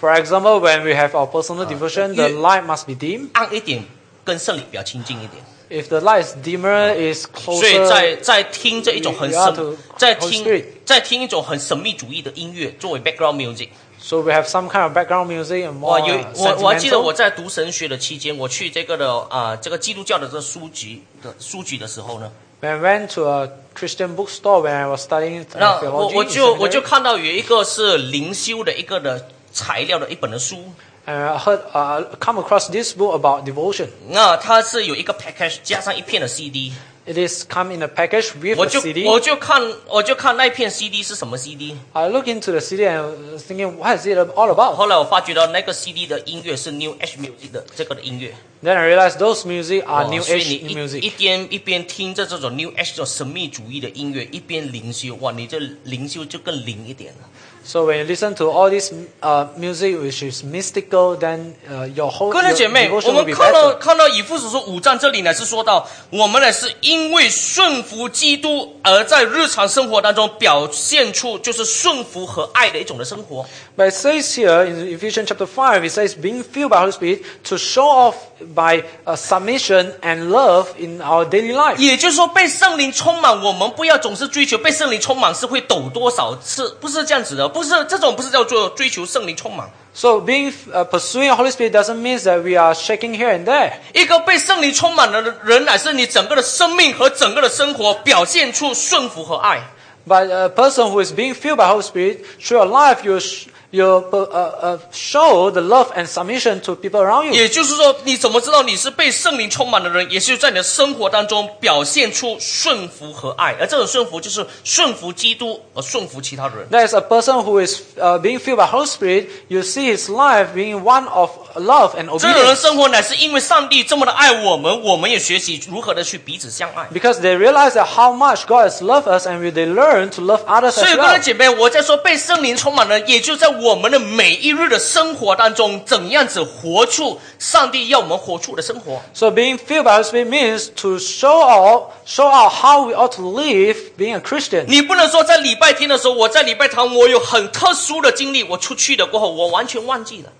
B: For example, when we have our personal devotion, the
A: You-
B: light must be dim.
A: 暗一点跟圣灵比较亲近一点。
B: If the light is dimmer, it's
A: 所以在
B: closer.
A: 在听这一种很
B: You have to
A: 神，在
B: Holy Spirit
A: 听在听一种很神秘主义的音乐作为 background music。
B: So we have some kind of background music and
A: 哇，
B: more
A: 有
B: uh,
A: 我我还记得
B: sentimental.
A: 我在读呃神学的期间，我去这个的啊、这个基督教的这个书局的书局的时候呢，
B: When I went to a Christian bookstore when I was studying
A: 那
B: uh,
A: 我
B: theology,
A: 我
B: in
A: 就我
B: seminary,
A: 就看到有一个是灵修的一个的材料的一本的书，
B: and I heard uh, come across this book about devotion.
A: 那它是有一个 package 加上一片的 CD，
B: It is come in a package with
A: 我
B: a
A: 就
B: CD.
A: 我就看我就看那片 CD 是什么 CD，
B: I look into the CD and I was thinking, what is it all about?
A: 后来我发觉到那个 CD 的音乐是 New Age Music 的这个的音乐，
B: Then I realized those music
A: 啊
B: are new
A: 所以
B: age
A: 你一
B: music.
A: 一边一边听着这种 New Age 这种神秘主义的音乐，一边灵修，哇，你这灵修就更灵一点了。
B: So when you listen to all this uh, music which is mystical, then uh, your whole
A: 哥人
B: your
A: 姐妹，我
B: devotion will
A: 们
B: be
A: 看到
B: better.
A: 看到以父所说五章这里呢，是说到我们呢是因为顺服基督而在日常生活当中表现出就是顺服和爱的一种的生活。
B: But it says here in Ephesians chapter 5, it says, being filled by Holy Spirit to show off by uh, submission and love in our daily life.
A: 也就是说，被圣灵充满，我们不要总是追求被圣灵充满是会抖多少次，不是这样子的，不是这种不是叫做追求圣灵充满。
B: So being uh, pursuing Holy Spirit doesn't mean that we are shaking here and there.
A: 一个被圣灵充满的人，乃是你整个的生命和整个的生活表现出顺服和爱。
B: But a person who is being filled by Holy Spirit, through your life, you sh- you uh, uh, show the love and submission to people around you.
A: 也就是说，你怎么知道你是被圣灵充满的人？也是在你的生活当中表现出顺服和爱，而这种顺服就是顺服基督而顺服其他的人。
B: There's a person who is uh, being filled by Holy Spirit. You see his life being one of love and
A: 这种人
B: obedience
A: 生活乃是因为上帝这么的爱我们，我们也学习如何的去彼此相爱。
B: because they realize that how much God has loved us, and they learn to love others
A: 所以，
B: as
A: 各位
B: well.
A: 姐妹，我在说被圣灵充满的，也就在我们的每一日的生活当中，怎样子活出上帝要我们活出的生活。
B: So being filled by Holy Spirit means to show out, show out how we ought to live being a Christian.
A: 你不能说在礼拜天的时候，我在礼拜堂我有很特殊的经历，我出去了过后，我完全忘记了。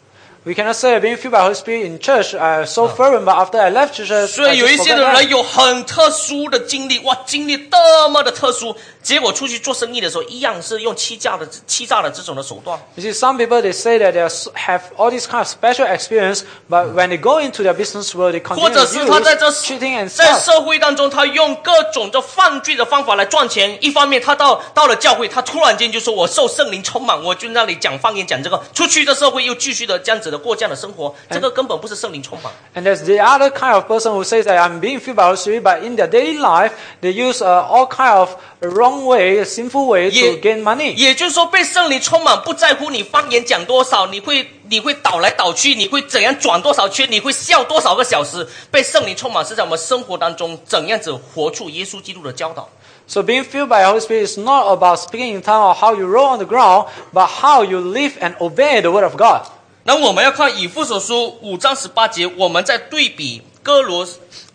B: We cannot say being filled by Holy Spirit in church uh, so fervent, but after I left church, I
A: 所以有一
B: just
A: 些
B: forgot
A: 的
B: that.
A: 人有很特殊的经历，哇，经历那么的特殊，结果出去做生意的时候，一样是用欺诈的欺诈的这种的手段。
B: You see, some people they say that they are, s- have all this kind of special experience, but when they go into their business world, they
A: 或
B: continue
A: 者
B: to
A: 是他在这
B: use cheating and
A: 在
B: stuff.
A: 社会当中，他用各种的犯罪的方法来赚钱。一方面，他到到了教会，他突然间就说：“我受圣灵充满，我就那里讲方言，讲这个。”出去的社会又继续的这样子的过这样的生活，这个根本不是圣灵充满。
B: And there's the other kind of person who says that I'm being filled by Holy Spirit, but in their daily life they use uh, all kind of wrong way, sinful way
A: Yeah.
B: to gain money.
A: 也就是说，被圣灵充满，不在乎你方言讲多少，你会你会倒来倒去，你会怎样转多少圈，你会笑多少个小时。被圣灵充满是在我们生活当中怎样子活出耶稣基督的教导。
B: So being filled by Holy Spirit is not about speaking in tongues or how you roll on the ground, but how you live and obey the word of God.
A: 那我们要看以父所书五章十八节，我们在对比哥罗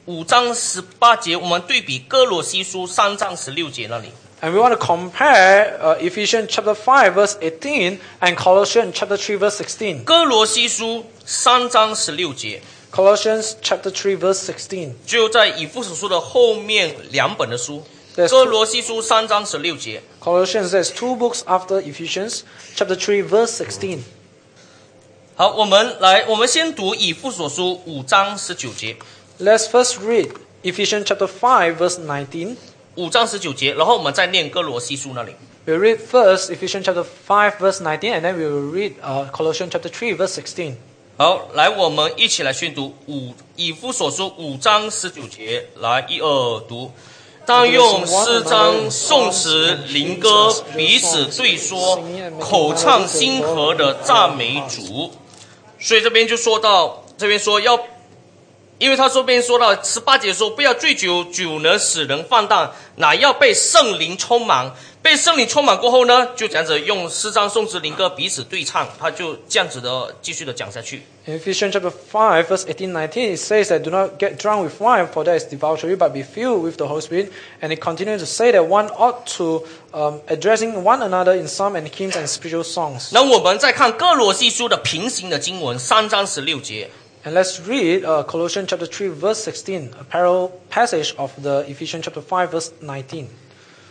A: 五章十八节，我们对比哥罗西书三章十六节那里。
B: And we want to compare uh, Ephesians chapter 5 verse 18 and Colossians chapter 3 verse 16.
A: 哥罗西书三章十六节
B: Colossians chapter 3 verse 16.
A: 就在以父所书的后面两本的书。
B: Yes.
A: 哥罗西书三章十六节，
B: Colossians says two books after Ephesians chapter 3 verse 16.
A: 好，我们来，我们先读以父所书五章十九节，
B: Let's first read Ephesians chapter 5 verse 19.
A: 五章十九节，然后我们再念哥罗西书那里。
B: We'll read first Ephesians chapter 5 verse 19 and then we will read uh, Colossians chapter 3 verse 16.
A: 好，来，我们一起来宣读五以夫所书五章十九节，来，一二读。当用诗章、颂词、灵歌彼此对说，口唱心和的赞美主。所以这边就说到，这边说要因为他说边说到十八节说，不要醉酒，酒能使人放荡，乃要被圣灵充满。被圣灵充满过后呢，就这样子用诗章、颂词、灵歌彼此对唱，他就这样子的继续的讲下去。
B: In Ephesians chapter 5, verse 18 19, it says that do not get drunk with wine, for that is debauchery, but be filled with the Holy Spirit. And it continues to say that one ought to um, addressing one another in psalms and hymns and spiritual songs.
A: 那我们再看哥罗西书的平行的经文三章十六节，
B: And let's read uh, Colossians chapter 3, verse 16, a parallel passage of the Ephesians chapter 5, verse 19.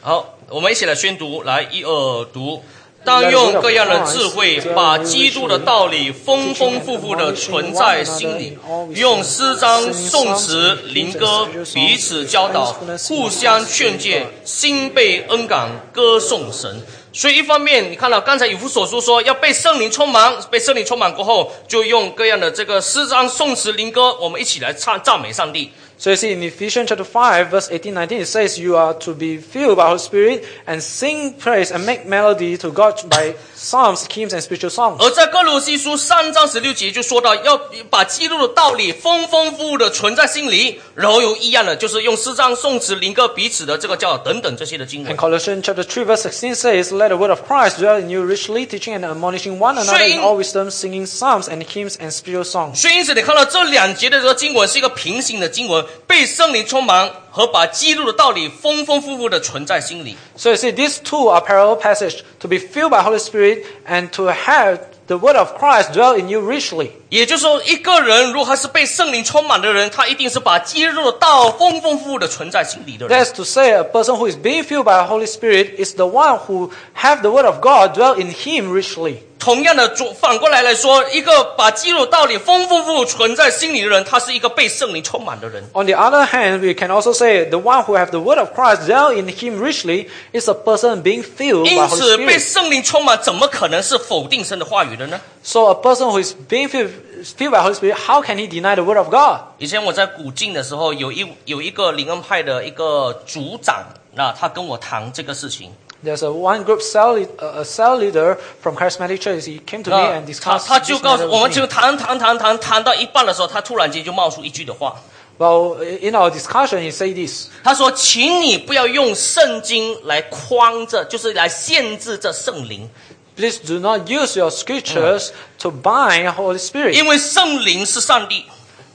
A: 好，我们一起来宣读，来一二读。当用各样的智慧，把基督的道理丰丰富富的存在心里，用诗章、颂词、灵歌彼此教导，互相劝诫，心被恩感，歌颂神。所以一方面，你看到刚才以弗所书说要被圣灵充满，被圣灵充满过后，就用各样的这个诗章、颂词、灵歌，我们一起来唱赞美上帝。
B: So you see in Ephesians chapter 5 verse 18 19 it says you are to be filled by Holy Spirit and sing praise and make melody to God by psalms, hymns and spiritual songs.
A: 而在哥罗西书三章十六节就说到，要把基督的道理丰丰富富的存在心里，然后有一样的就是用诗章、颂词、灵歌彼此的这个教导等等这些的经文
B: And。Colossians chapter 3 verse 16 says let the word of Christ dwell in you richly teaching and admonishing one another in
A: Sing.
B: all wisdom singing psalms and hymns and spiritual songs.
A: 所以因此你看到这两节的这个经文是一个平行的经文，被圣灵充满和把基督的道理丰丰富富的存在心里。
B: So you see these two are parallel passage to be filled by Holy Spirit and to have the word of Christ dwell in you richly.
A: 也就是说，一个人如果他是被圣灵充满的人，他一定是把基督的道丰丰富富的存在心里的人。
B: That's to say, a person who is being filled by the Holy Spirit is the one who have the Word of God dwell in him richly.
A: 同样的，主反过来来说，一个把基督的道理丰丰富富存在心里的人，他是一个被圣灵充满的人。
B: On the other hand, we can also say the one who have the Word of Christ dwell in him richly is a person being filled by
A: 因
B: Holy
A: 此，被
B: Spirit.
A: 圣灵充满，怎么可能是否定神的话语的呢？
B: So a person who is being filled, filled by Holy Spirit, how can he deny the Word of God?
A: 以前我在古晋的时候，有一有一个灵恩派的一个组长，那他跟我谈这个事情。
B: There's a one group cell, lead- a a cell leader from Charismatic Church. He came to me
A: 那
B: and
A: 他
B: discussed
A: 他就
B: this
A: 告诉
B: matter
A: 我们，
B: with
A: 就
B: me.
A: 谈谈谈谈谈到一半的时候，他突然间就冒出一句的话，
B: Well, in our discussion, he said this.
A: 他说：“请你不要用圣经来框着，就是来限制这圣灵，
B: Please do not use your scriptures to bind Holy Spirit.
A: 因为圣灵是上帝，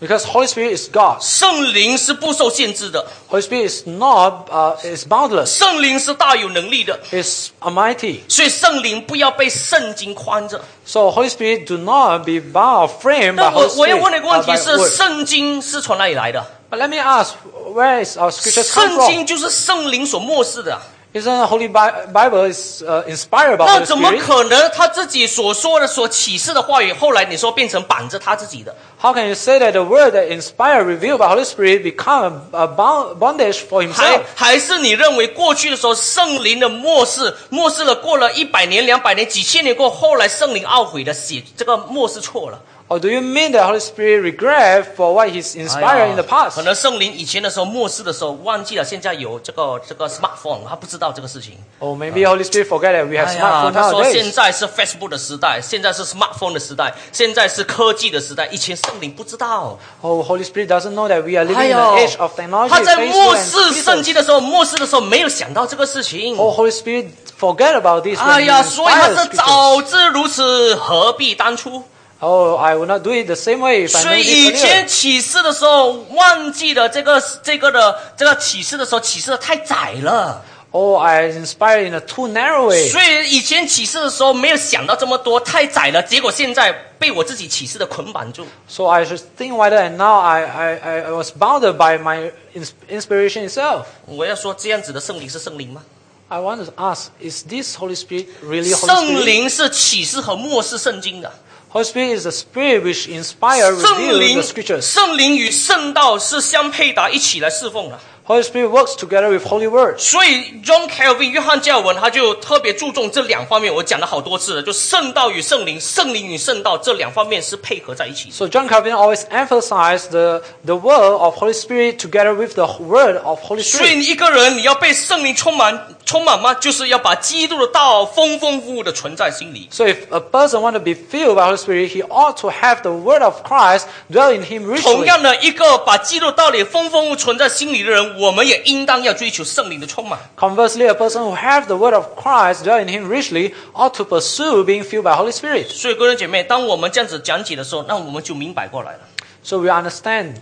B: Because Holy Spirit is God.
A: 圣灵是不受限制的，
B: Holy Spirit is not uh, is boundless.
A: 圣灵是大有能力的，
B: Is almighty.
A: 所以圣灵不要被圣经框着。””
B: So Holy Spirit do not be bound framed by
A: 那
B: Holy
A: 我我
B: Spirit.
A: 要问的一个
B: uh,
A: 问
B: by
A: 题是：
B: word.
A: 圣经是从哪里来的？
B: But let me ask, where is our scriptures come
A: 圣
B: from?
A: 经就是圣灵所漠视的啊，
B: Isn't the Holy Bi- Bible is uh, inspired by
A: 那
B: Holy
A: 怎么
B: Spirit?
A: 可能他自己所说的、所启示的话语，后来你说变成绑着他自己的？
B: How can you say that the word that inspired, revealed by Holy Spirit become a, a bound, bondage for
A: 还
B: himself?
A: 还是你认为过去的时候圣灵的漠视，漠视了过了一百年、两百年、几千年过后，后来圣灵懊悔的写这个漠视错了。
B: Or do you mean that Holy Spirit regret for what he's inspired
A: 哎呀
B: in the past?
A: 可能圣灵以前的时候漠视的时候忘记了，现在有这个这个 smartphone，他不知道这个事情。
B: Or Oh, maybe Holy Spirit forget that we have
A: 哎呀，
B: smartphone
A: 他说现
B: nowadays.
A: 在是 Facebook 的时代，现在是 smartphone 的时代，现在是科技的时代。以前圣灵不知道，
B: Oh, Holy Spirit doesn't know that we
A: 哎
B: are living in
A: 呦
B: the age of，technology.
A: 他在
B: Facebook,
A: 漠
B: and
A: 视
B: Twitter.
A: 圣经的时候，漠视的时候没有想到这个事情。
B: Oh, Holy Spirit, forget about this. when
A: 哎
B: He
A: 呀，所以他
B: inspires
A: 是
B: scriptures.
A: 早知如此，何必当初？
B: Oh, I will not do it the same way if I
A: 所
B: know
A: 以以
B: this earlier.
A: 前启示的时候忘记了这个这个的这个启示的时候，启示的太窄了。
B: Oh, I inspired in a too narrow way.
A: 所以以前启示的时候没有想到这么多，太窄了。结果现在被我自己启示的捆绑住。
B: So I should think wider, and now I, I, I- I was bounded by my ins- inspiration itself.
A: 我要说，这样子的圣灵是圣灵吗？
B: I want to ask, is this Holy Spirit really Holy
A: 圣
B: Spirit?
A: 灵是启示和漠视圣经的，
B: Holy Spirit is the Spirit which inspires,
A: 圣
B: reveals the
A: 灵
B: scriptures.
A: 圣灵与圣道是相配搭，一起来侍奉的。
B: Holy Spirit works together with Holy Word.
A: 所以 John Calvin 约翰教文他就特别注重这两方面，我讲了好多次了，就圣道与圣灵，圣灵与圣道这两方面是配合在一起的。
B: So John Calvin always emphasized the, the word of Holy Spirit together with the word of Holy
A: 所
B: Spirit.
A: 以一个人你要被圣灵充满，充满吗？就是要把基督的道丰丰富富的存在心里。
B: So if a person want to be filled by Holy Spirit, he ought to have the word of Christ dwell in him
A: 同
B: richly.
A: 样的，一个把基督的道理丰丰富富存在心里的人，我们也应当要追求圣灵的充满。
B: Conversely, a person who have the word of Christ dwell in him richly ought to pursue being filled by Holy Spirit.
A: 所以，各位姐妹，当我们这样子讲解的时候，那我们就明白过来了。
B: So we understand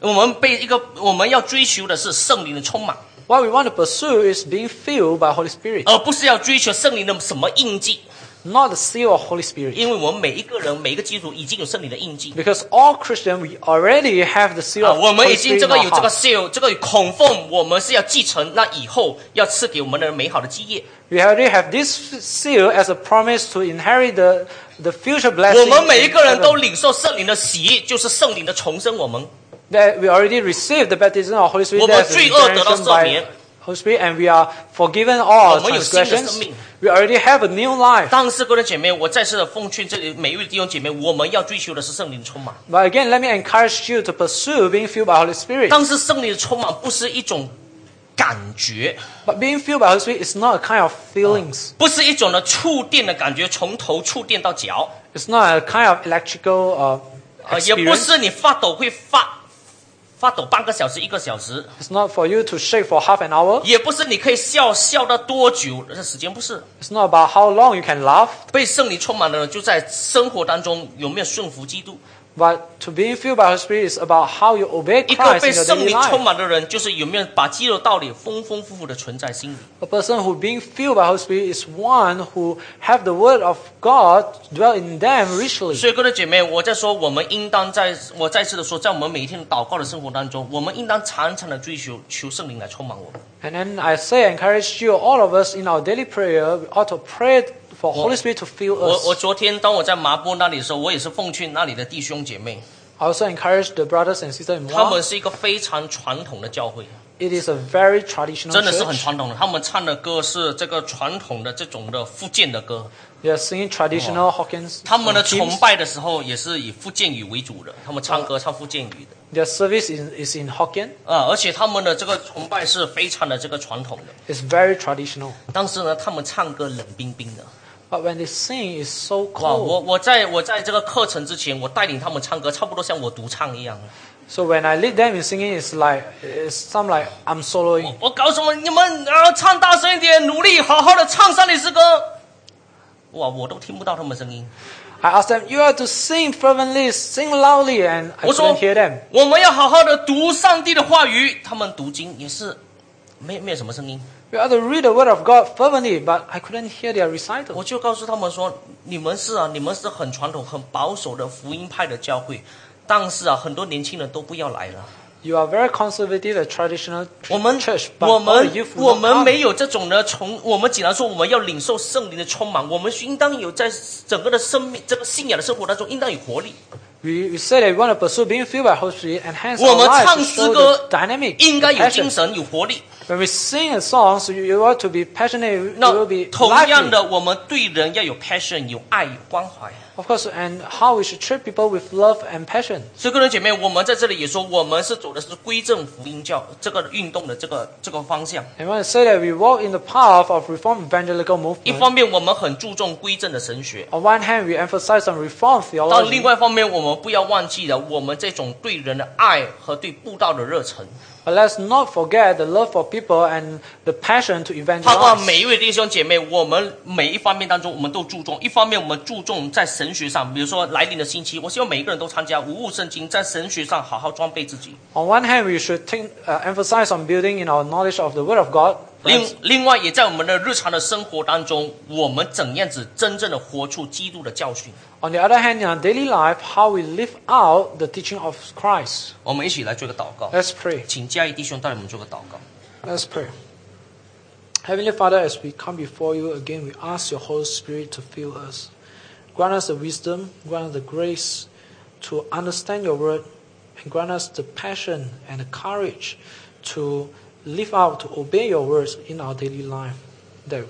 A: 我们被一个我们要追求的是圣灵的充满，
B: what we want to pursue is being filled by Holy Spirit,
A: 而不是要追求圣灵的什么印记。
B: not the seal of Holy Spirit.
A: 因为我们每一个人每一个基督徒已经有圣灵的印记。
B: Because all Christians, we already have the seal
A: 啊，
B: of
A: 我们
B: Holy
A: 已经
B: Spirit
A: 这
B: in
A: 个
B: our
A: 有这个
B: heart.
A: seal，这个有孔缝，我们是要继承那以后要赐给我们的美好的基业。
B: We already have this seal as a promise to inherit the, the
A: 我
B: future blessing.
A: 们每一
B: in
A: 个人
B: heaven.
A: 都领受圣灵的洗，就是圣灵的重生。我们
B: that we already received the baptism of Holy Spirit
A: 我们
B: that is
A: 罪恶得到赦免。
B: regeneration by Holy Spirit, and we are forgiven all
A: 我们有新的生命。
B: transgressions. We already have a new life.
A: 但是，各位姐妹，我再次的奉劝这里每一位弟兄姐妹，我们要追求的是圣灵的充满。
B: But again, let me encourage you to pursue being filled by Holy Spirit.
A: 但是，圣灵的充满不是一种感觉，
B: But being filled by Holy Spirit is not a kind of feelings.
A: 不是一种的触电的感觉，从头触电到脚，
B: It's not a kind of electrical
A: 啊、
B: uh,
A: Oh. 也不
B: experience.
A: 是你发抖会发发抖半个小时、一个小时，
B: It's not for you to shake for half an hour.
A: 也不是你可以笑笑到多久，那时间不是。
B: It's not about how long you can laugh.
A: 被圣灵充满的人，就在生活当中有没有顺服基督？
B: But to being filled by Holy Spirit is about how you obey
A: 一个
B: Christ
A: 被
B: in your
A: 圣
B: daily
A: 灵充
B: life.
A: 满的人，就是有没有把基督的道理丰丰富富的存在心里。
B: A person who being filled by Holy Spirit is one who have the word of God dwell in them richly.
A: 所以，各位姐妹，我在说，我们应当在，我再次的说，在我们每一天的祷告的生活当中，我们应当常常的追求求圣灵来充满我们。
B: And then I say, I encourage you, all of us in our daily prayer, we ought to pray for Holy Spirit to fill
A: 我我
B: us.
A: 昨天当我在麻坡那里的时候，我也是奉劝那里的弟兄姐妹，
B: I also encourage the brothers and sisters in
A: 他们
B: law.
A: 是一个非常传统的教会，
B: It is a very traditional
A: 真的是很
B: church.
A: 传统的。他们唱的歌是这个传统的这种的福建的歌，
B: They are singing traditional Hokkien
A: 他们的
B: uh,
A: 崇
B: hymns.
A: 拜的时候也是以福建语为主的，他们唱歌唱福建语的。
B: Their service is, is in Hokkien.
A: 啊，而且他们的这个崇拜是非常的这个传统的，
B: It's very traditional.
A: 但是呢，他们唱歌冷冰冰的。
B: But when they sing, it's so
A: 哇，
B: cold.
A: 我我在我在这个课程之前，我带领他们唱歌，差不多像我独唱一样。
B: So when I lead them in singing, it's like it's some like I'm soloing.
A: 我告诉我你们啊，唱大声一点，努力好好的唱三里诗歌。哇，我都听不到他们声音。
B: I ask them, "You have to sing fervently, sing loudly," and I
A: 我说
B: couldn't hear them.
A: 我们要好好的读上帝的话语，他们读经也是没没有什么声音。
B: You have to read the word of God fervently, but I couldn't hear their
A: 我
B: recital.
A: 就告诉他们说，你们是啊，你们是很传统、很保守的福音派的教会，但是啊，很多年轻人都不要来了。
B: You are very conservative and traditional
A: 我们
B: church, but
A: 我
B: all the
A: 们
B: youth
A: 我
B: will
A: 们
B: not
A: 没
B: come.
A: 有这种的从我们只能说我们要领受圣灵的充满，我们是应当有在整个的生命这个信仰的生活当中应当有活力。
B: We, we say that we want to pursue being filled by Holy Spirit, and hence
A: 我
B: our
A: 们
B: lives
A: 唱
B: to
A: 诗
B: show
A: 歌
B: the dynamic,
A: 应该
B: the
A: 有精
B: passion.
A: 神有活力。
B: When we sing a song, so you, you ought to be passionate, you, you
A: 那
B: will be
A: 同样
B: lively.
A: 的，我们对人要有 passion，有爱，有关怀。
B: Of course, and how we should treat people with love and passion.
A: 所以，各位姐妹，我们在这里也说，我们是走的是归正福音教这个运动的这个这个方向。
B: And when I say that we walk in the path of Reformed evangelical
A: 一
B: movement,
A: 方面，我们很注重归正的神学；
B: on one hand, we emphasize on Reformed
A: 但另
B: theology,
A: 外一方面，我们不要忘记了我们这种对人的爱和对布道的热忱。
B: but let's not forget the love for people and the passion to
A: 盼望
B: evangelize.
A: 每一位弟兄姐妹，我们每一方面当中，我们都注重。一方面，我们注重在神学上，比如说来临的星期，我希望每一个人都参加无误圣经，在神学上好好装备自己。
B: On one hand, we should think, uh, emphasize on building in our knowledge of the Word of God.
A: 另另外，也在我们的日常的生活当中，我们怎样子真正的活出基督的教训？
B: On the other hand, in our daily life, how we live out the teaching of Christ.
A: 我们一起来做个祷告，
B: Let's pray.
A: 请嘉义弟兄带我们做个祷告。
B: Let's pray. Heavenly Father, as we come before you again, we ask your Holy Spirit to fill us. Grant us the wisdom, grant us the grace to understand your word, and grant us the passion and the courage to live out, to obey your words in our daily life. That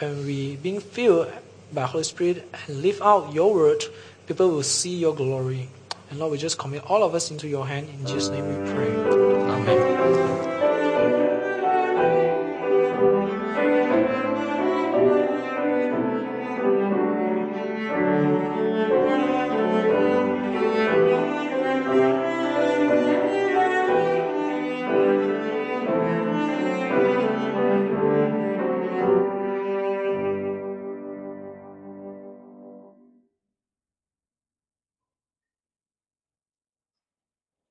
B: when we being filled by Holy Spirit and live out your word, people will see your glory. And Lord, we just commit all of us into your hand. In Jesus' name we pray.
A: 阿门。